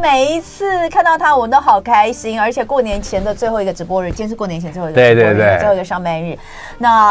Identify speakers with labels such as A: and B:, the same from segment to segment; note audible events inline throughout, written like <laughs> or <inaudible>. A: 每一次看到他，我都好开心。而且过年前的最后一个直播日，今天是过年前最后一个
B: 对
A: 直播日
B: 对对
A: 最后一个上班日。那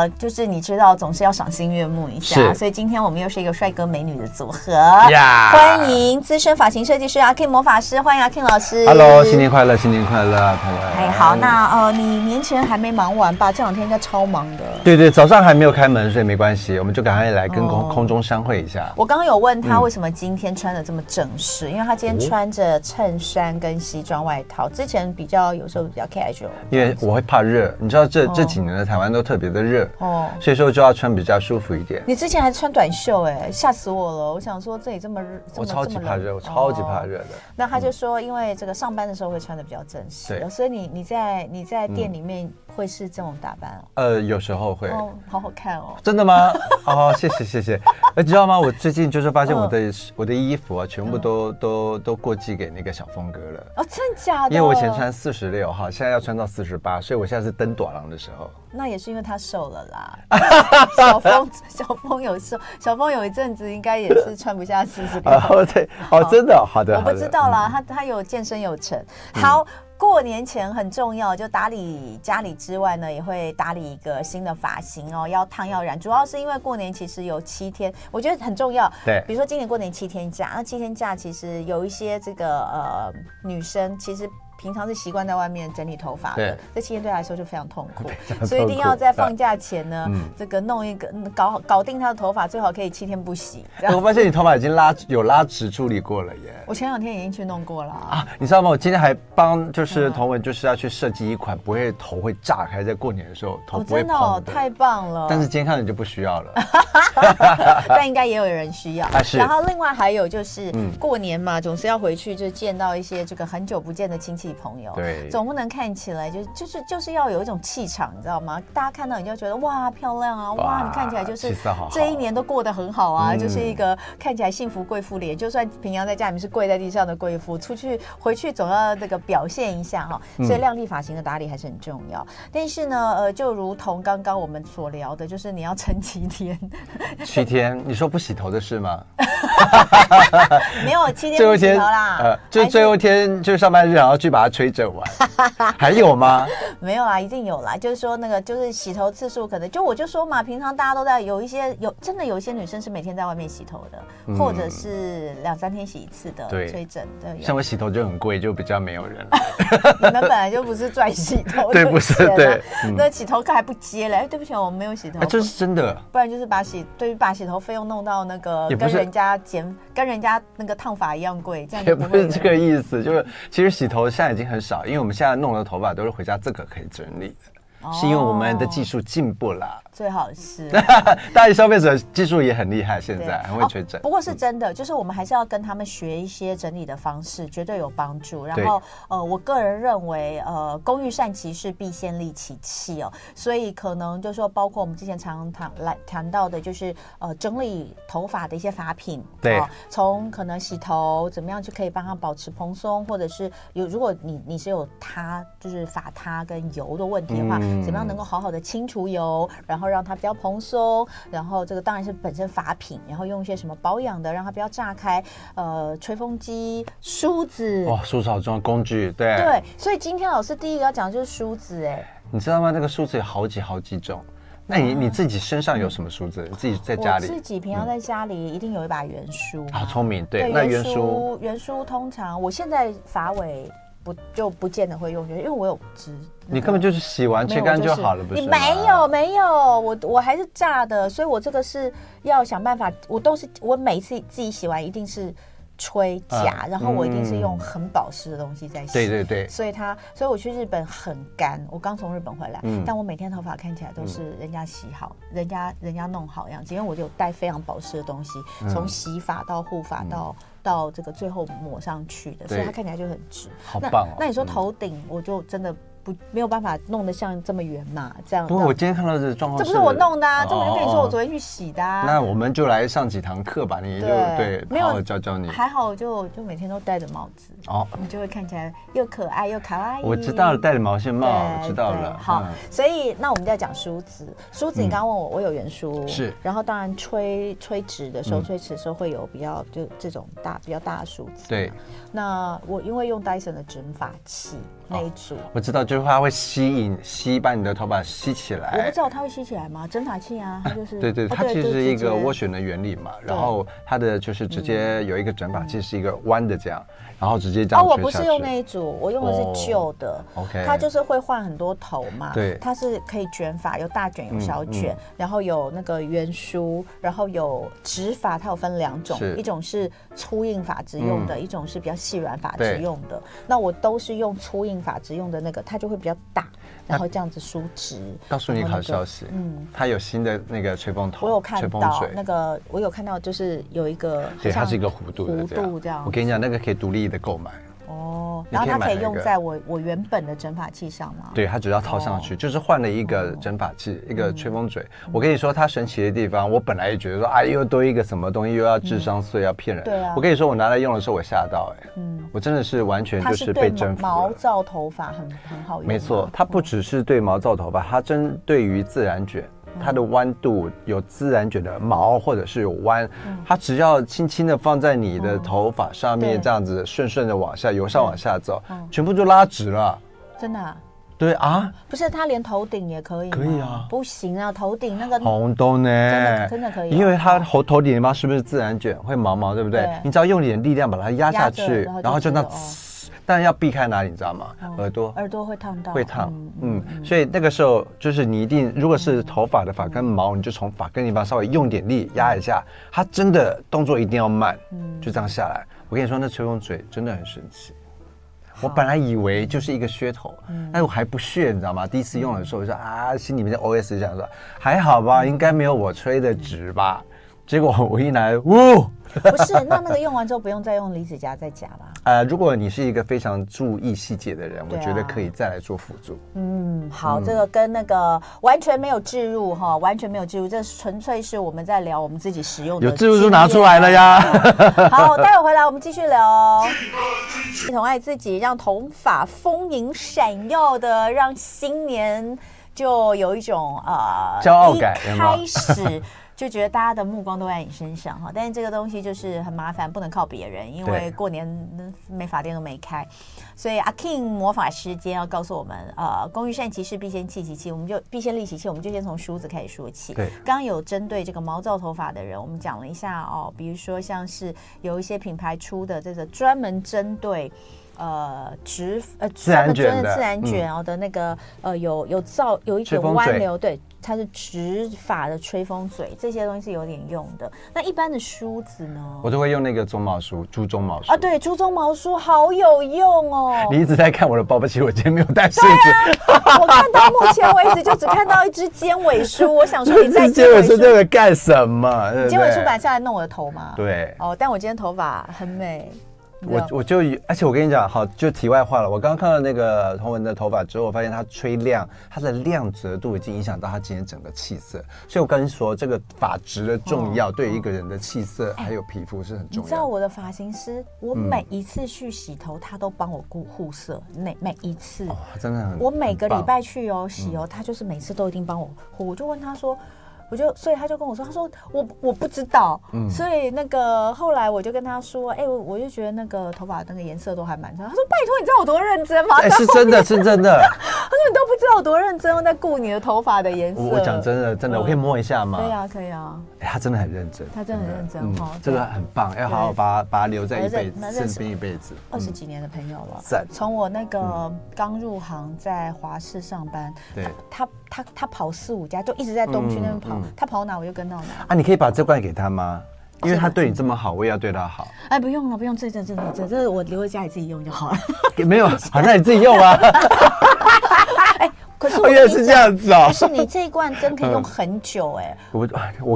A: 呃，就是你知道，总是要赏心悦目一下，
B: 是
A: 所以今天我们又是一个帅哥美女的组合。
B: 呀
A: 欢迎资深发型设计师阿 King 魔法师，欢迎阿 King 老师。
B: Hello，新年快乐，新年快乐，朋友。
A: 哎，好，那呃，你年前还没忙完吧？这两天应该超忙的。
B: 对对，早上还没有开门，所以没关系，我们就赶快来跟空
A: 哦
B: 空中相会一下。
A: 我刚刚有问
B: 嗯
A: 他为什么今天穿的这么正式，因为他今
B: 哦
A: 天穿着衬衫跟西装外套，之前比较有时候比较 casual。
B: 因为我会怕热，你知道这
A: 哦
B: 这几年的台湾都特别的热，
A: 哦，
B: 所以说就要穿比较舒服一点。
A: 你之前还穿短袖哎、吓死我了！我想说这里这么热，这么
B: 我超级
A: 这么
B: 怕
A: 冷
B: 热，我超级怕热
A: 哦
B: 的。
A: 那他就说，因为这个上班的时候会穿的比较正式，
B: 对
A: 所以你你在你在店里面会是这种打扮哦，
B: 呃，有时候会。
A: 哦，好好看哦。
B: 真的吗？哦，谢谢谢谢。哎，你知道吗？我最近就是
A: 嗯
B: 发现我的、我的衣服啊，全部都、都都过季给那个小风哥了。
A: 哦，真的假嗯的？
B: 因为我以前穿，四十六号，现在要穿到四十八，所以我现在是登短廊的时候。
A: 那也是因为他瘦了啦。 <laughs> 小峰，小峰有瘦，小峰有一阵子应该也是穿不下四十六。
B: 哦，对，哦，真的，好的，
A: 我
B: 好
A: 不
B: 的嗯
A: 知道啦，他他有健身有成。好，过年前很重要，就打理家里之外呢，也会打理一个新的发型哦，要烫要染。主要是因为过年其实有七天，我觉得很重要。
B: 对
A: 比如说今年过年七天假，那七天假其实有一些这个呃女生其实。平常是习惯在外面整理头发的
B: 对，
A: 这七天对她来说就非常痛
B: <laughs>
A: 苦，
B: 常
A: 所以一定
B: 痛苦
A: 要在放假前呢，
B: 嗯
A: 这个弄一个嗯搞好搞定她的头发，最好可以七天不洗。这
B: 哎我
A: 样，
B: 发现你头发已经拉有拉直处理过了耶。
A: 我前两天已经去弄过了啊
B: 啊，你知道吗？我今天还帮
A: 嗯
B: 就是同文，就是要去设计一款不会头会炸开，在过年的时候头
A: 哦，
B: 不会
A: 真的、哦
B: 蓬、的。
A: 太棒了！
B: 但是今天看你就不需要了。
A: <laughs> 但应该也有人需要。
B: 啊是
A: 然后另外还有就是，
B: 嗯
A: 过年嘛，总是要回去就见到一些这个很久不见的亲戚朋友，
B: 对
A: 总不能看起来就就是就是要有一种气场，你知道吗？大家看到你就觉得哇漂亮啊，哇
B: 哇
A: 你看起来就是
B: 气色好好
A: 这一年都过得很好啊，
B: 嗯
A: 就是一个看起来幸福贵妇脸。就算平常在家里面是跪在地上的贵妇，出去回去总要那个表现一下哈、
B: 嗯
A: 所以靓丽发型的打理还是很重要。但是呢，呃，就如同刚刚我们所聊的，就是你要撑起天。
B: 七天，你说不洗头的事吗？
A: 没有七天
B: 最后
A: 不
B: 一
A: 洗
B: 天，呃
A: 头啦，
B: 就
A: 还是
B: 最后一天就是上班日，然后去把它吹
A: <laughs>
B: 整完，还有吗？
A: 没有啦，一定有啦。就是说那个就是洗头次数，可能就我就说嘛，平常大家都在有一些有真的有一些女生是每天在外面洗头的，
B: 嗯
A: 或者是两三天洗一次的
B: 对
A: 吹整的。
B: 像
A: 有
B: 我洗头就很贵，就比较没有人了。
A: 你们本来就不是赚洗头的
B: <laughs> 对
A: 钱啊，
B: 不是对嗯
A: 那洗头课还不接嘞？哎，对不起，我没有洗头
B: 啊，。这是真的。
A: 不然就是把洗对于把洗头费用弄到那个
B: 也不
A: 跟
B: 是
A: 人家剪跟人家那个烫发一样贵，这样
B: 也
A: 就不
B: 不是
A: 会
B: 这个意思，就是其实洗头现在已经很少，因为我们现在弄的头发都是回家自个可以整理的，是因为我们的技
A: 术
B: 术进步了。
A: 最好是。
B: 大家消费者技术也很厉害，现
A: 对
B: 在很会嗯吹整
A: 哦。不过是真的，就是我们还是要跟他们学一些整理的方式，绝对有帮助。然后呃，我个人认为，呃，工欲善其事，必先利其器哦。所以可能就是说，包括我们之前常常谈来谈到的，就是呃，整理头发的一些发品，
B: 对
A: 哦从可能洗头怎么样就可以帮它保持蓬松，或者是有如果你你是有塌，就是发塌跟油的问题的话，
B: 嗯
A: 怎么样能够好好的清除油，然后让它比较蓬松，然后这个当然是本身发品，然后用一些什么保养的，让它不要炸开，呃，吹风机、梳子。
B: 哇，梳子好重要，工具对。
A: 对，所以今天老师第一个要讲的就是梳子，哎，
B: 你知道吗？那个梳子有好几好几种。那你你自己身上有什么梳子？你自己在家
A: 我
B: 里
A: 自己平常在家里一定有一把圆梳，
B: 好聪明，啊对。那
A: 圆
B: 圆梳，
A: 圆梳通常我现在发尾不就不见得会用，因为我有直，
B: 你根本就是洗完
A: 没
B: 吹
A: 有
B: 干
A: 我
B: 就是好了，不是？
A: 你没有。没有，我我还是炸的，所以我这个是要想办法，我都是我每次自己洗完一定是吹假，
B: 嗯
A: 然后我一定是用
B: 嗯
A: 很保湿的东西在洗。
B: 对对对，
A: 所以它，所以我去日本很干。我刚从日本回来，
B: 嗯
A: 但我每天头发看起来都是人家洗好，人家人家弄好样子，因为我有带非常保湿的东西，
B: 嗯
A: 从洗发到护发到、到这个最后抹上去的，所以
B: 对
A: 它看起来就很直。
B: 好
A: 那
B: 棒哦
A: 那你说头顶，我就真的不没有办法弄得像这么圆嘛，这样。
B: 不过我今天看到这个状况，
A: 这不是我弄的啊，
B: 哦
A: 这我就跟你说我昨天去洗的啊。
B: 那我们就来上几堂课吧，你就
A: 对
B: 对，
A: 没有
B: 好好教教你。
A: 还好就就每天都戴着帽子，
B: 哦，
A: 你就会看起来又可爱又卡哇伊。
B: 我知道了，戴着毛线帽，
A: 对
B: 哦我知道了
A: 对。好
B: 嗯，
A: 所以那我们就要讲梳子。梳子，你刚刚问我，我有圆梳，
B: 是嗯
A: 然后当然吹吹直的时候，吹直的时候会有比较就这种大比较大的梳子。
B: 对。
A: 那我因为用 Dyson 的卷发器那一组，
B: 我知道，就是它会吸引吸把你的头发吸起
A: 我不
B: 来
A: 知。道它会吸起来吗？蒸发器啊，它就是
B: 对对，
A: 哦
B: 它其实
A: 就是
B: 一个
A: 直接嗯
B: 涡旋的原理嘛，然后它的就是直接有一个卷发器是一个弯的这样，然后直接这
A: 哦，
B: 样
A: 我
B: 吹
A: 不
B: 下
A: 是
B: 去。
A: 用那一组，我用的
B: 哦
A: 是旧的。
B: OK
A: 它就是会换很多头嘛。
B: 哎对嗯
A: 它是可以卷发，有大卷，有小卷，然后有那个圆梳，然后有直发，它有分两种
B: 是，嗯
A: 一种是粗硬发质用的，一种是比较细软发质
B: 对
A: 用的。那我都是用粗硬发质用的那个，它就会比较大，然后这样子梳直。
B: 告诉你一个
A: 然后
B: 好
A: 那个
B: 消息，
A: 嗯
B: 嗯，它有新的那个吹风头，
A: 我有看
B: 吹风
A: 到
B: 水，
A: 那个，我有看到，就是有一个好
B: 对，它
A: 像
B: 是一个弧度的
A: 弧度这样
B: 我跟你讲，那个可以独立的购买，
A: 哦，
B: 你
A: 然后
B: 可以
A: 它可
B: 买
A: 以
B: 那
A: 用
B: 个
A: 在我我原本的整发器上吗？
B: 对，它只要套上
A: 哦
B: 去，就是换了一个蒸发器，一个吹风嘴。我跟你说，它神奇的地方，我本来也觉得说，哎，又多一个什么东西，又要智商税，要骗人。
A: 对啊嗯
B: 我跟你说，我拿来用的时候，我吓到，哎，我真的是完全
A: 它
B: 就是是
A: 对
B: 被
A: 毛
B: 征服
A: 毛嗯
B: 了。
A: 躁头发很很好用吗，
B: 没错，它不只是对毛躁头发，它针对于自然卷。
A: 嗯
B: 它的弯度有自然卷的毛，或者是有弯，
A: 嗯
B: 它只要轻轻的放在你的头发上面，
A: 哦对
B: 这样子顺顺的往下，由上往下走
A: 嗯，
B: 全部就拉直了。
A: 真的啊、
B: 对啊，
A: 不是它连头顶也可以吗？
B: 可以啊
A: 不行啊，头顶那个
B: 红豆呢？
A: 真的真的可以哦
B: 因为它头头顶的毛是不是自然卷会毛毛，对不对？
A: 对
B: 你只要用一点力量把它压下
A: 压着
B: 去
A: 然后就，
B: 然后就那
A: 觉得哦哦
B: 呲，但要避开哪里，你知道吗？耳朵
A: 耳朵会烫到，
B: 会烫
A: 嗯，
B: 嗯，所以那个时候就是你一定，如果是头发的发根毛，你就从发根地方稍微用点力压一下，它真的动作一定要慢，
A: 嗯
B: 就这样下来。我跟你说，那吹风嘴真的很神奇。我本来以为就是一个噱头，
A: 嗯
B: 但我还不屑，你知道吗？第一次用的时候，我就说啊，心里面在 OS 想说，还好
A: 嗯
B: 吧，应该没有我吹的直吧。结果我一拿来，呜，
A: 不是，那那个用完之后不用再用离子夹再夹啦。
B: 呃，如果你是一个非常注意细节的人，我
A: 对啊
B: 觉得可以再来做辅助。
A: 嗯，好，这个跟那个完全没有置入哈，完全没有置入，这纯粹是我们在聊我们自己使用的。啊
B: 有自助就拿出来了。呀。
A: <laughs> 好，待会回来我们继续聊。系统爱自己，让头发丰盈闪耀的，让新年就有一种呃
B: 骄傲感
A: 一
B: 有没有
A: 开始就觉得大家的目光都在你身上哈，但是这个东西就是很麻烦，不能靠别人，因为
B: 对
A: 过年嗯美发店都没开，所以阿 King 魔法师今天要告诉我们，呃，工欲善其事，必先弃其器，我们就必先利其器，我们就先从梳子开始说起。
B: 对
A: 刚刚有针对这个毛躁头发的人，我们讲了一下哦，比如说像是有一些品牌出的这个专门针对。呃，直呃，
B: 自然
A: 专门针
B: 卷的嗯
A: 对自然卷哦的那个呃，有有造有一
B: 吹
A: 点
B: 风
A: 弯
B: 嘴
A: 流，对，它是直发的吹风嘴，这些东西是有点用的。那一般的梳子呢？
B: 我都会用那个鬃毛梳，猪鬃毛梳。
A: 啊，，对，猪鬃毛梳好有用哦。
B: 你一直在看我的包包，其实我今天没有带梳
A: 啊
B: 子。
A: 我看到目前为止就只看到一只尖尾梳，我想说你在
B: 结
A: 尖
B: 尾
A: 尾
B: 梳
A: 梳，
B: 这个干什么？对不对
A: 尖尾梳板下来弄我的头吗？。
B: 对。
A: 哦，但我今天头发很美。你知道
B: 我我就以，而且我跟你讲，好，就题外话了。我刚刚看到那个童文的头发之后，我发现它吹亮，它的亮泽度已经影响到它今天整个气色。所以我跟你说，这个发质的重要，对一个人的气色还有皮肤是很
A: 哦哎你
B: 重
A: 知道
B: 要的。嗯
A: 我的发型师，我每一次去洗头，他都帮我顾护色，每每一次。
B: 哇，真的哦很。
A: 我每个
B: 很棒嗯
A: 礼拜去哦洗哦，他就是每次都一定帮我护。我就问他说，我就所以他就跟我说，他说我我不知道，
B: 嗯
A: 所以那个后来我就跟他说，哎、我我就觉得那个头发那个颜色都还蛮差。他说拜托，你知道我多认真吗？
B: 哎，是真的，是
A: <laughs>
B: 真的。
A: 他说你都不知道我多认真哦在顾你的头发的颜色。
B: 我我讲真的，真的，
A: 嗯
B: 我可以摸一下吗？
A: 可以啊，可以啊。
B: 哎他真的很认真，嗯
A: 他真的很认真哦对
B: 这个很棒，要好好
A: 对
B: 把它把它留在一辈
A: 那
B: 子，
A: 认识
B: 身边一辈子。
A: 二十
B: 嗯
A: 几年的朋友了
B: 赞，嗯
A: 从我那个刚入行在华视上班，
B: 对
A: 他他他他跑四五家，就一直在东区那边跑
B: 嗯嗯，
A: 他跑哪我就跟到哪。
B: 啊，你可以把这罐给
A: <laughs>
B: 他吗？因为他对你这么好，我也要对他好。
A: 哎，不用了，不用，这这这这这这我留在家里自己用就
B: <laughs>
A: 好了。
B: 没有，好，那你自己
A: <laughs>
B: 用啊。
A: 哎，可是我
B: 我原来
A: 跟你
B: 是这
A: 讲，
B: 样子哦
A: 可。是你这一罐真可以用很久哎，
B: <laughs> 我我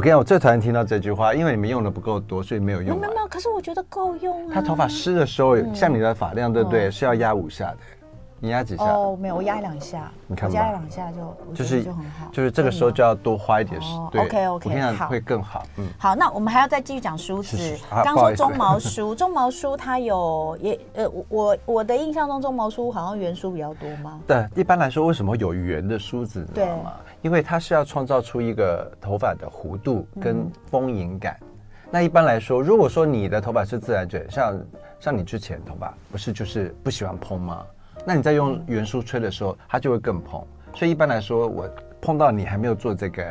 B: 跟你讲，我最讨厌听到这句话，因为你们用的不够多，所以没有
A: 没有
B: 用
A: 没嗯
B: 完
A: 有。没有，可是我觉得够用啊。
B: 他头发湿的时候，像你的发量，对不对？是要压五下的。你压几下？
A: 哦，没有，我压两下，
B: 你看
A: 我
B: 吧
A: 压两下就我觉
B: 就是
A: 得就很好，
B: 就是这个时候就
A: 要。
B: 要多花一点时
A: 哦
B: 对
A: OK，OK，
B: 我跟你
A: 好
B: 讲会更好。嗯，
A: 好，那我们还要再继续讲梳子
B: 是是。啊
A: 刚
B: 不
A: 说
B: 好意思
A: 中毛梳， <laughs> 中毛梳它有也呃，我我我的印象中中毛梳好像圆梳比较多吗？
B: 对，一般来说为什么有圆的梳子，你知道吗？因为它是要创造出一个头发的弧度跟丰盈感。那一般来说，如果说你的头发是自然卷，像像你之前头发不是就是不喜欢蓬吗？那你在用圆梳吹的时候，它就会更蓬。所以一般来说，我碰到你还没有做这个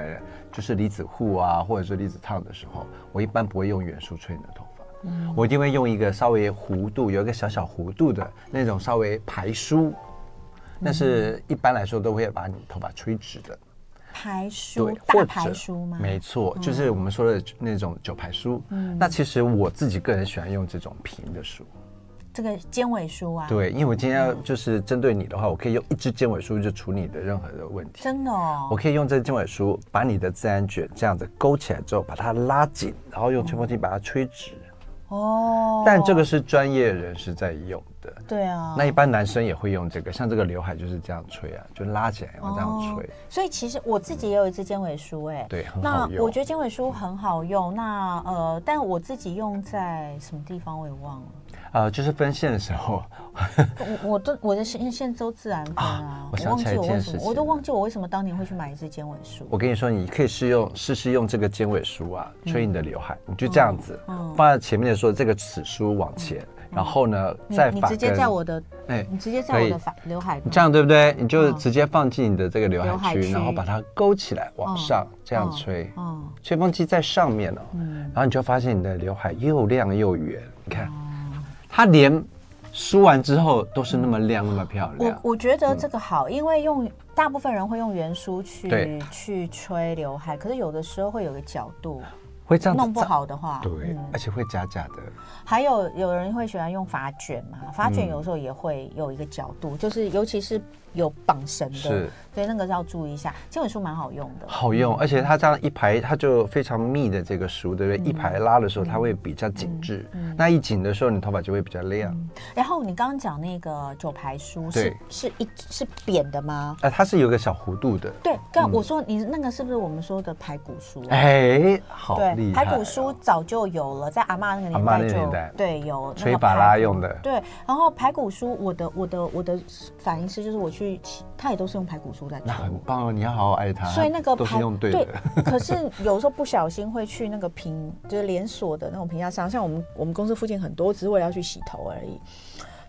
B: 就是离子护啊，或者是离子烫的时候，我一般不会用圆梳吹你的头发。我一定会用一个稍微弧度，有一个小小弧度的那种稍微排梳，但是一般来说都会把你头发吹直的，
A: 排梳，
B: 或
A: 大
B: 者
A: 排梳吗？嗯
B: 没错，就是我们说的那种九排梳。那其实我自己个人喜欢用这种平的梳，
A: 这个尖尾梳啊，，
B: 对，因为我今天要就是针对你的话，我可以用一支尖尾梳就处理你的任何的问题。
A: 真的
B: 我
A: 哦，
B: 可以用这个尖尾梳把你的自然卷这样子勾起来之后，把它拉紧，然后用吹风机把它吹直。
A: 哦，
B: 但这个是专业人士在用的，
A: 对啊，
B: 那一般男生也会用这个，像这个刘海就是这样吹啊，就拉起来然后这样吹。
A: 哦所以其实我自己也有一支尖尾梳、哎、
B: 对很
A: 那
B: 好用
A: 我觉得尖尾梳很好用。那呃，但我自己用在什么地方我也忘了。
B: 呃，就是分线的时候，
A: 我我都我的线线都自然分啊，
B: 啊我想
A: 忘
B: 起来
A: 记
B: 一
A: 我
B: 件
A: 为什么
B: 事，情
A: 我都
B: 了
A: 忘记我为什么当年会去买一支尖尾梳。
B: 我跟你说，你可以试用试试用这个尖尾梳啊，
A: 嗯
B: 吹你的刘海，你就这样子、
A: 哦
B: 放在前面的时候，这个齿梳往前，然后呢
A: 嗯你
B: 再
A: 你
B: 发
A: 直接
B: 根
A: 在，我的，
B: 哎
A: 你直接在我
B: 可
A: 的
B: 以
A: 发刘海
B: 你这样对不对？你就
A: 嗯
B: 直接放进你的这个刘
A: 刘海
B: 海区，
A: 区
B: 然后把它勾起来往
A: 嗯
B: 上，这样
A: 嗯
B: 吹，
A: 嗯，
B: 吹风机在上面哦，然后你就发现你的刘海又亮又圆，你看，
A: 哦
B: 它连梳完之后都是那么亮那么漂
A: 我
B: 亮。
A: 我觉
B: 嗯
A: 得这个好，因为用大部分人会用圆梳去
B: 对
A: 去吹刘海，可是有的时候会有个角度，
B: 会这样子
A: 弄不
B: 扎，
A: 好的话，
B: 对，而且会假假的，
A: 还有有人会喜欢用发卷嘛，发
B: 嗯
A: 卷有时候也会有一个角度，就是尤其是有绑绳的
B: 是，
A: 所以那个要注意一下。经纬梳蛮好用的，
B: 好用，而且它这样一排，它就非常密的这个梳，对
A: 嗯
B: 不对？一排拉的时候，它会比较紧致，那一紧的时候，你头发就会比较亮。
A: 然后你刚刚讲那个九排梳是
B: 对
A: 是一是扁的吗？
B: 啊，它是有个小弧度的，
A: 对，刚我说你那个是不是我们说的排骨梳啊？
B: 嗯哎，好
A: 对，
B: 厉害哦！
A: 排骨梳早就有了，在阿妈那个
B: 阿
A: 年
B: 嬷
A: 代
B: 那
A: 就
B: 个年代
A: 对有那
B: 吹
A: 个
B: 法
A: 排
B: 拉
A: 骨
B: 用的，
A: 对，然后排骨梳，我的我的我的反应是，就是我去骑，他也都是用排骨梳在
B: 那
A: 吹
B: 很
A: 我。
B: 棒哦，你要好好爱它。
A: 所以那个
B: 都是
A: 排
B: 用对的，
A: 可是有时候不小心会去那个平，就是连锁的那种平价商，像我们我们公司附近很多，只是为了要去洗头而已。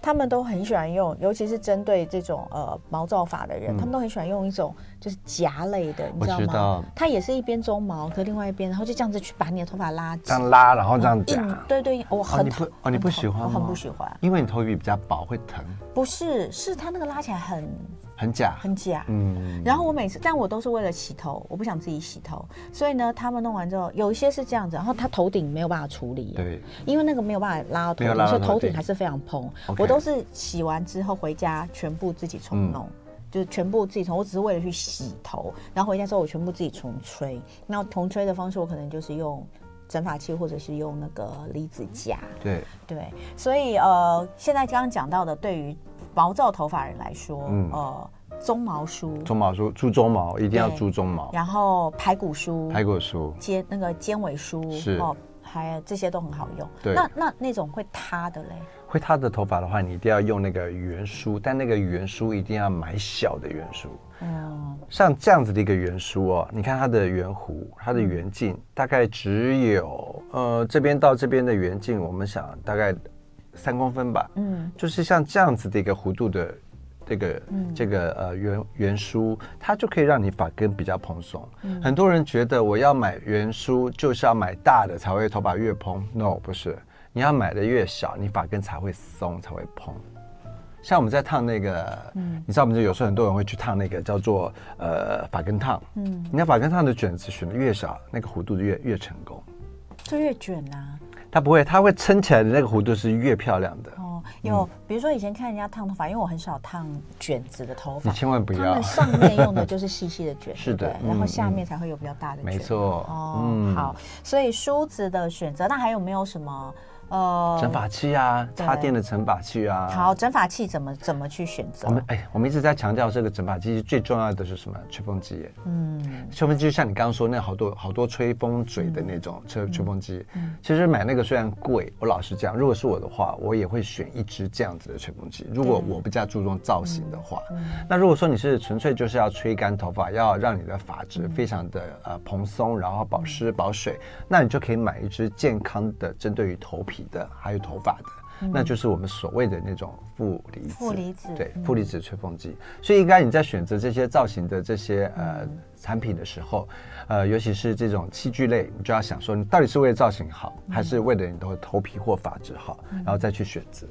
A: 他们都很喜欢用，尤其是针对这种呃毛躁发的人，他们都很喜欢用一种就是夹类的，你
B: 嗯我
A: 知道
B: 知
A: 吗
B: 道？
A: 它也是一边中毛，可另外一边，然后就这样子去把你的头发拉
B: 这
A: 直，
B: 样拉，然后这样夹。
A: 硬，对对，我很
B: 你
A: 讨
B: 不哦你
A: 很
B: 不
A: 讨
B: 喜欢
A: 我很
B: 吗
A: 不喜欢。
B: 因为你头皮比较薄，会疼，
A: 不是，是它那个拉起来很
B: 很假。
A: 很假。
B: 嗯，
A: 然后我每次，但我都是为了洗头，我不想自己洗头，所以呢，他们弄完之后，有一些是这样子，然后他头顶没有办法处理，，
B: 对，
A: 因为那个没有办法拉到头
B: 没有
A: 顶，
B: 拉到
A: 所以头
B: 头
A: 顶
B: 顶
A: 还是非常蓬。
B: OK
A: 我都是洗完之后回家全部自己重
B: 嗯
A: 弄。就是全部自己重，我只是为了去洗头，然后回家之后我全部自己重吹。那重吹的方式，我可能就是用整发器或者是用那个离子夹。
B: 对，
A: 对，所以呃，现在刚刚讲到的，对于毛躁头发人来说，
B: 嗯
A: 呃，鬃毛梳，
B: 中毛梳，猪中毛一定要
A: 对
B: 猪中毛，
A: 然后排骨梳，
B: 排骨梳
A: 尖那个尖尾梳，
B: 是，
A: 还有这些都很好用。
B: 对
A: 那那那种会塌的嘞，
B: 会塌的头发的话，你一定要用那个圆梳，但那个圆梳一定要买小的圆梳。
A: 嗯，
B: 像这样子的一个圆梳哦，你看它的圆弧，它的圆径大概只有呃这边到这边的圆径，我们想大概三公分吧。
A: 嗯，
B: 就是像这样子的一个弧度的这个、这个呃圆圆梳，它就可以让你发根比较蓬松。很多人觉得我要买圆梳就是要买大的才会头发越蓬，no 不是，你要买的越小，你发根才会松才会蓬。像我们在烫那个，你知道我们就有时候很多人会去烫那个叫做呃发根烫，嗯，你看发根烫的卷子选的越小，那个弧度越越成功。
A: 就越卷啊。
B: 它不会，它会撑起来的那个弧度是越漂亮的。
A: 哦，有，
B: 嗯
A: 比如说以前看人家烫头发，因为我很少烫卷子的头
B: 你
A: 发，
B: 千万不
A: 他
B: 要
A: 们，上面用的就是细细的
B: <laughs>
A: 卷，
B: 是的
A: 对不对然后
B: 嗯
A: 下面才会有比较大的卷。
B: 没错，嗯
A: 哦，好，所以梳子的选择，那还有没有什么呃
B: 整发器啊，
A: 对
B: 插电的整发器啊。
A: 好，整发器怎么怎么去选择
B: 我？们哎，我们一直在强调这个整发机最重要的是什么？吹风机耶。
A: 嗯，
B: 吹风机就像你刚刚说那好多好多吹风嘴的那
A: 嗯
B: 种吹吹风机，其实买那个虽然贵，我老实讲，如果是我的话，我也会选一支这样子的吹风机。如
A: 嗯
B: 果我比较注重造型的话，那如果说你是纯粹就是要吹干头发，要让你的发
A: 嗯
B: 质非常的呃蓬松，然后保湿保水，那你就可以买一支健康的，针对于头皮的还有头发的。那就是我们所谓的那种负离子，
A: 嗯负离子
B: 对负离子吹风机。所以应该你在选择这些造型的这些呃产品的时候，呃，尤其是这种器具类，你就要想说，你到底是为了造型好，还是为了你的头皮或发质好，
A: 嗯
B: 然后再去选择。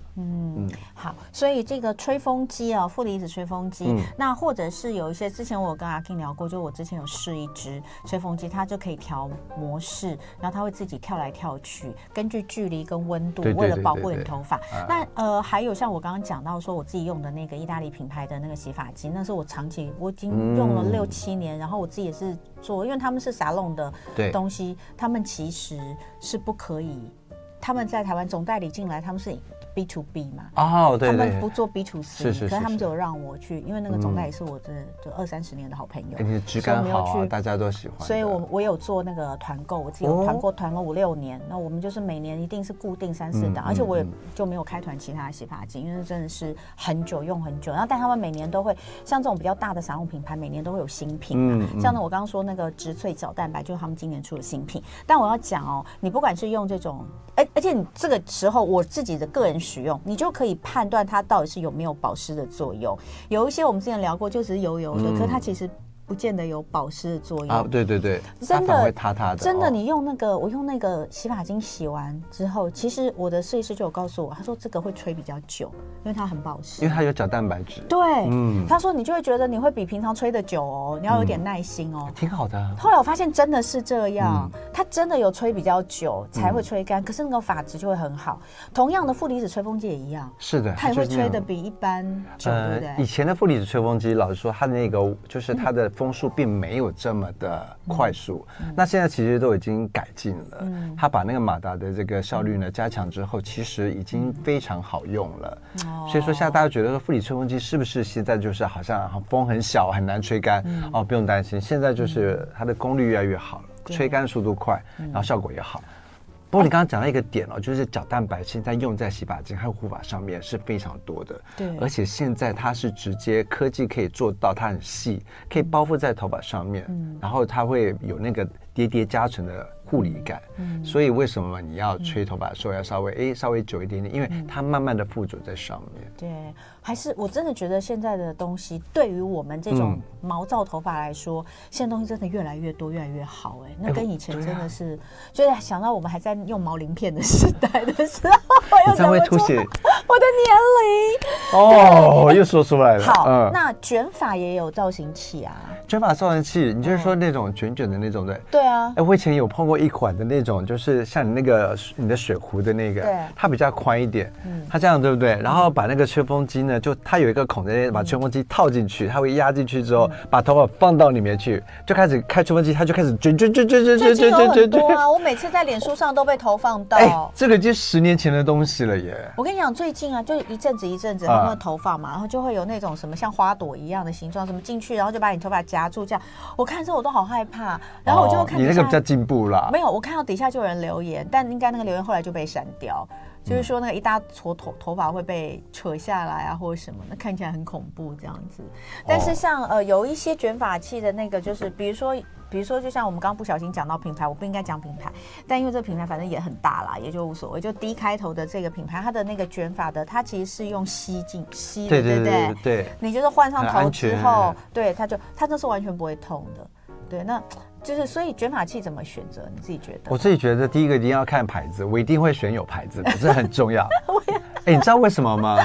A: 好，所以这个吹风机啊，负离子吹风机，
B: 嗯
A: 那或者是有一些之前我有跟阿 King 聊过，就我之前有试一支吹风机，它就可以调模式，然后它会自己跳来跳去，根据距离跟温度，
B: 对对
A: 为了
B: 对
A: 保
B: 对
A: 护你
B: 对啊
A: 头发。那呃，还有像我刚刚讲到说，我自己用的那个意大利品牌的那个洗发机，那是我长期我已经用了
B: 嗯
A: 六七年，然后我自己也是做，因为他们是沙龙的
B: 对
A: 东西，他们其实是不可以，他们在台湾总代理进来，他们是 B to B 嘛，
B: 哦，对
A: 他
B: 对
A: 们不，做 B to C，
B: 是是是
A: 可是他们
B: 是
A: 就有让我去，因为那个总代理是我这就二三十年的好朋友，
B: 哎你的质
A: 所以我
B: 感
A: 们有
B: 好啊，
A: 去
B: 大家都喜欢的。
A: 所以我我有做那个团购，我自己有
B: 哦
A: 团购团了五六年。那我们就是每年一定是固定三四档，
B: 嗯
A: 而且我也
B: 嗯
A: 就没有开团其他的洗发精，因为真的是很久用很久。然后但他们每年都会像这种比较大的散用品牌，每年都会有新品嘛。
B: 嗯嗯
A: 像呢我刚刚说那个植萃角蛋白，就是他们今年出的新品。但我要讲哦，你不管是用这种。而而且你这个时候我自己的个人使用，你就可以判断它到底是有没有保湿的作用。有一些我们之前聊过，就只是油油的，可是它其实不见得有保湿的作用。
B: 嗯啊，对对对，它
A: 真的
B: 反而会塌塌的，
A: 真
B: 哦
A: 的，你用那个，我用那个洗发精洗完之后，其实我的设计师就有告诉我，他说这个会吹比较久，因为它很保
B: 因
A: 湿
B: 为。它有角蛋白质，
A: 对，
B: 嗯
A: 他说你就会觉得你会比平常吹的久哦，你要有点耐心哦。
B: 挺好的啊。
A: 后来我发现真的是这样，
B: 嗯
A: 它真的有吹比较久才会吹干，可是那个发质就会很好。同样的负离子吹风机也一样，
B: 是的，
A: 它也会
B: 就是那
A: 吹
B: 样
A: 的比一般久，对不
B: 呃以
A: 对？
B: 前的负离子吹风机，老实说，它的那个就是它的风速并没有这么的快速。
A: 嗯
B: 那现在其实都已经改进了，它把那个马达的这个效
A: 嗯
B: 率呢加强之后，其实已经非常好用了。
A: 哦
B: 所以说，现在大家觉得说负离子吹风机是不是现在就是好像风很小，很难吹干？
A: 嗯
B: 哦，不用担心，现在就是它的功率越来越好了，吹干速度快，
A: 嗯
B: 然后效果也好。不过你刚刚讲到一个点哦，就是角蛋白现在用在洗发精还有护发上面是非常多的，
A: 对
B: 而且现在它是直接科技可以做到它很细，可以包覆在头发上面，
A: 嗯
B: 然后它会有那个叠叠加成的护理感，
A: 嗯
B: 所以为什么你要吹头发的时候要稍微诶稍微久一点点，因为它慢慢的附着在上面。
A: 对，还是我真的觉得现在的东西对于我们这
B: 嗯
A: 种毛躁头发来说，现在东西真的越来越多，越来越好、哎，那
B: 哎
A: 跟
B: 我
A: 以前
B: 对
A: 真的
B: 啊
A: 是，就是想到我们还在用毛鳞片的时代的时候， <laughs> 我又
B: 你这样
A: 想
B: 会
A: 不
B: 凸
A: 出 <laughs>
B: 显
A: 我的年龄。
B: 哦，又说出来了。
A: 好，
B: 嗯
A: 那卷发也有造型器啊。
B: 卷发造型器，你就是说那种卷卷的那种对。
A: 对啊，
B: 哎，我以前有碰过一款的那种，就是像你那个水你的水壶的那个
A: 对，嗯
B: 它比较宽一点，它这样对不对？然后把那个吹风机呢，就它有一个孔在那边，把吹风机套进去，它会压进去之后，
A: 嗯
B: 把头发放到里面去，就开始开吹风机，它就开始卷卷卷卷卷
A: 最
B: 卷
A: 近
B: 卷
A: 有
B: 卷
A: 很
B: 卷
A: 多
B: 卷。
A: 啊，我每次在脸书上都被投放到。
B: 哎，这个就十年前的东西了耶。
A: 我跟你讲，最近啊，就一阵子一阵子，
B: 啊
A: 他们的头发嘛，然后就会有那种什么像花朵一样的形状，什么进去，然后就把你头发夹住这样。我看之后我都好害怕，然后我就会
B: 哦
A: 看
B: 你
A: 底
B: 那
A: 下、
B: 个比较进步啦。
A: 没有，我看到底下就有人留言，但应该那个留言后来就被删掉，就是说那个一大撮头头发会被扯下来啊，或者什么，那看起来很恐怖这样子。但是像
B: 哦
A: 呃有一些卷发器的那个，就是比如说。比如说，就像我们刚刚不小心讲到品牌，我不应该讲品牌，但因为这个品牌反正也很大啦，也就无所谓。就 D 开头的这个品牌，它的那个卷发的，它其实是用吸进吸的，
B: 对
A: 对
B: 对
A: 不
B: 对对对。
A: 你就是换上
B: 很
A: 头
B: 安
A: 之
B: 全
A: 后，对，它就它那是完全不会痛的。对，那就是所以卷发器怎么选择，你自己觉得 <laughs>
B: 我？自己觉得第一个一定要看牌子，我一定会选有牌子的，这很重要。哎，你知道为什么 <laughs> 吗？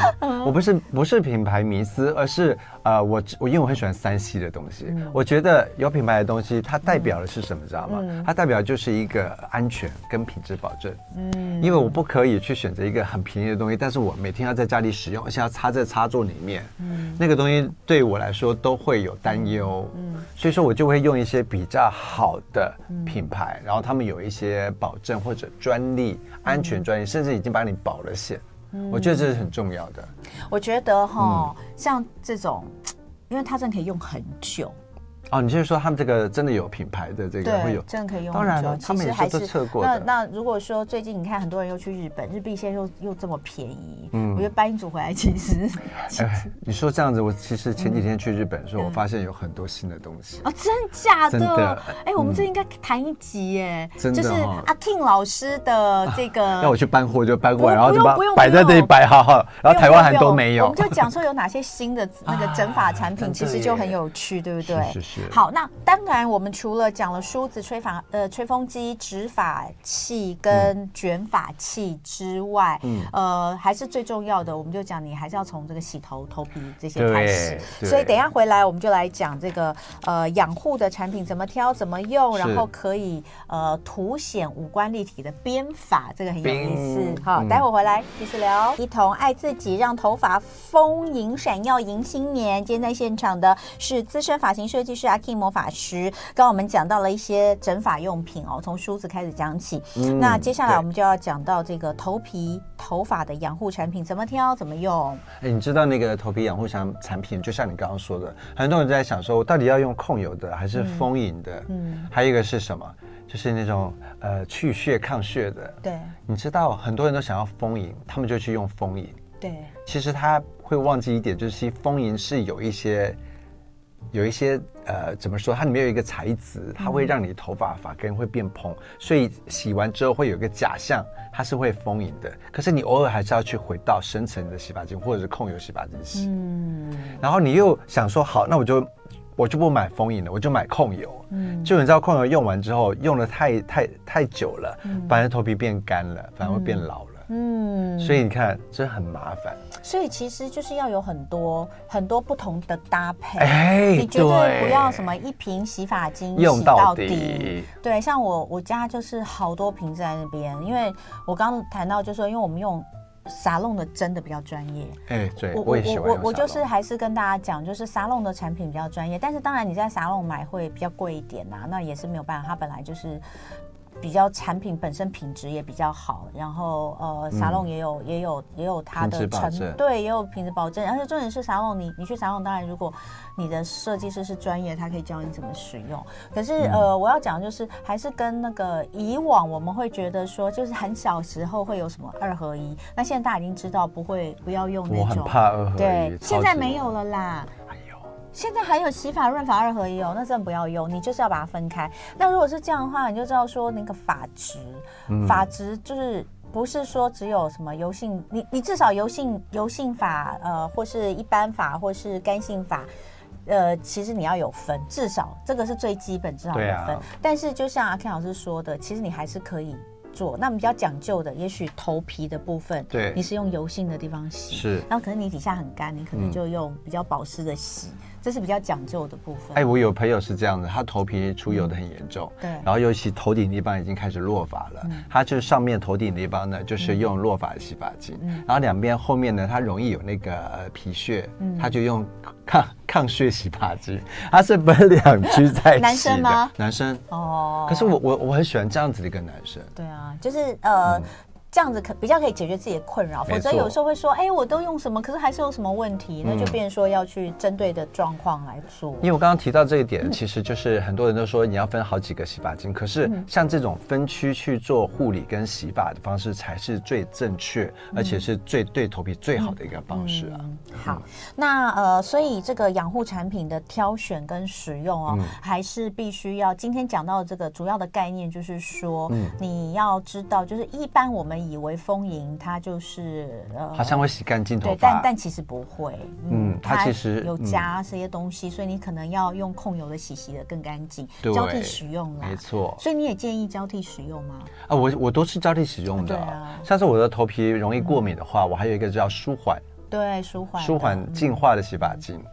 B: 我不是不是品牌迷思，而是呃，我我因为我很喜欢三 C 的东西，我觉得有品牌的东西，它代表的是什么，知道吗？它代表就是一个安全跟品质保证。嗯，因为我不可以去选择一个很便宜的东西，但是我每天要在家里使用，而且要插在插座里面，那个东西对我来说都会有担忧。嗯，所以说我就会用一些比较好的品牌，然后他们有一些保证或者专利、安全专利，甚至已经把你保了险。
A: 嗯
B: 我觉得这是很重要的。
A: 我觉得哈，
B: 嗯
A: 像这种，因为它真的可以用很久，
B: 哦，你就是说他们这个真的有品牌的这个会有，
A: 真的可以用
B: 当
A: 很
B: 然
A: 久。
B: 了，
A: 其
B: 他们
A: 实
B: 也
A: 还
B: 是都测过
A: 那
B: 的。
A: 那如果说最近你看很多人又去日本，日币现在又又这么便宜，
B: 嗯
A: 我觉得搬一组回来其实嗯
B: 哎，你说这样子，我其实前几天去日本的时候，我发现有很多新的东西。
A: 哦，真假的？
B: 真的嗯
A: 哎，我们这应该谈一集耶，
B: 真的
A: 就是
B: 哈
A: 阿 King 老师的这个。
B: <laughs> 要我去搬货就搬过来，
A: 不
B: 然后就把
A: 不用不用
B: 摆在这里摆好好，然后台湾还都没
A: 我
B: 有
A: 们。就讲说有哪些新的那个整法产
B: <laughs>
A: 品，
B: 真的
A: 其实
B: 耶
A: 就很有趣，对不对？
B: 是是是
A: 好，那当然我们除了讲了梳子、吹发呃吹风机、直发器跟卷发器之外，
B: 嗯
A: 呃，还是最重要的，我们就讲你还是要从这个洗头、头皮这些开始。
B: 对
A: 所以等一下回来我们就来讲这个呃养护的产品怎么挑、怎么用，
B: 是
A: 然后可以呃凸显五官立体的编法，这个很有意
B: 冰
A: 思。好，
B: 嗯
A: 待会儿回来继续聊。一同爱自己，让头发丰盈闪耀迎新年。今天在现场的是资深发型设计师阿 K 魔法师，刚刚我们讲到了一些整发用品哦，从梳子开始讲起。
B: 嗯
A: 那接下来
B: 对
A: 我们就要讲到这个头皮头发的养护产品怎么挑、怎么用。
B: 哎，你知道那个头皮养护产产品，就像你刚刚说的，很多人在想说，我到底要用控油的还是丰盈的？
A: 嗯
B: 嗯，还有一个是什么？就是那种呃去屑抗屑的。
A: 对
B: 你知道很多人都想要丰盈，他们就去用丰盈。
A: 对，
B: 其实他会忘记一点，就是其实丰盈是有一些有一些呃怎么说，它里面有一个材质，它会让你头发发根会变蓬，所以洗完之后会有一个假象它是会丰盈的。可是你偶尔还是要去回到深层的洗发精或者是控油洗发精洗，
A: 嗯，
B: 然后你又想说好，那我就。我就不买丰盈了，我就买控油。嗯，就你知道控油用完之后，用的太太太久了，反而头皮变干了，反而会变老了。
A: 嗯，
B: 所以你看，这很麻烦。
A: 所以其实就是要有很多很多不同的搭配。
B: 哎
A: 你绝对不要
B: 对
A: 什么一瓶洗发精
B: 用
A: 洗
B: 到
A: 到
B: 底
A: 对，像我我家就是好多瓶在那边，因为我刚刚谈到就是说，因为我们用沙龙的真的比较专业。
B: 哎，对，
A: 我
B: 我也喜欢
A: 我
B: 用
A: 我就
B: 沙
A: 是
B: 龙
A: 还是跟大家讲，就是沙龙的产品比较专业，但是当然你在沙龙买会比较贵一点呐、那也是没有办法，它本来就是。比较产品本身品质也比较好，然后呃，沙龙也有、也有也有它的
B: 嗯品质保
A: 成
B: 证
A: 对，也有品质保证，而且重点是沙龙，你你去沙龙，当然如果你的设计师是专业，他可以教你怎么使用。可是、
B: 嗯
A: 呃，我要讲的就是还是跟那个以往我们会觉得说，就是很小时候会有什么二合一，那现在大家已经知道不会不要用那种，
B: 我很怕二合一，
A: 对，
B: 超
A: 现在
B: 级
A: 没有了啦。
B: 哎呦，
A: 现在还有洗发润发二合一哦，那真的不要用，你就是要把它分开。那如果是这样的话，你就知道说那个发质，
B: 嗯
A: 发质就是不是说只有什么油性，你你至少油性油性发呃，或是一般发，或是干性发。呃，其实你要有分，至少这个是最基本，至少
B: 对
A: 有
B: 啊
A: 分。但是就像阿 Ken 老师说的，其实你还是可以做。那比较讲究的，也许头皮的部分，
B: 对
A: 你是用油性的地方洗，
B: 是
A: 然后可能你底下很干，你可能
B: 嗯
A: 就用比较保湿的洗，这是比较讲究的部分。
B: 哎，我有朋友是这样的，他头皮出油的很严重，
A: 对嗯
B: 然后尤其头顶地方已经开始落发了，他就是上面头顶地方呢，就是用落发洗发精，
A: 嗯
B: 然后两边后面呢，它容易有那个呃皮屑，
A: 嗯
B: 他就用抗 <laughs> 抗屑洗发精，它是分两支在
A: <laughs>
B: 洗的，
A: 男生吗
B: 男生，
A: 哦，
B: 可是我我我很喜欢这样子的一个男生，
A: 对啊，就是呃。这样子可比较可以解决自己的困扰，
B: 嗯没
A: 否则
B: 错
A: 有时候会说，哎、我都用什么，可是还是有什么问题，那就变成说要去针对的状况来做。
B: 嗯因为我刚刚提到这一
A: 嗯
B: 点，其实就是很多人都说你要分好几个洗发精，可是
A: 嗯
B: 像这种分区去做护理跟洗发的方式才是最正确，
A: 嗯
B: 而且是最对头皮最好的一个方式啊。
A: 好，那呃，所以这个养护产品的挑选跟使用哦，
B: 嗯
A: 还是必
B: 嗯
A: 须要今天讲到的这个主要的概念，就是说、你要知道，就是一般我们们以为丰盈它就是呃
B: 好像会洗干净头
A: 对，
B: 发
A: 但，但其实不会，
B: 嗯它其实
A: 有
B: 嗯
A: 加这些东西，所以你可能要用控油的洗洗的更干净，
B: 对
A: 交替使用啦
B: 没。错
A: 所以你也建议交替使用吗？
B: 啊，我我都是交替使用的。
A: 对啊
B: 像是我的头皮容易过敏的话，我还有一个叫舒缓
A: 对，舒缓的嗯
B: 舒缓净化的洗发精，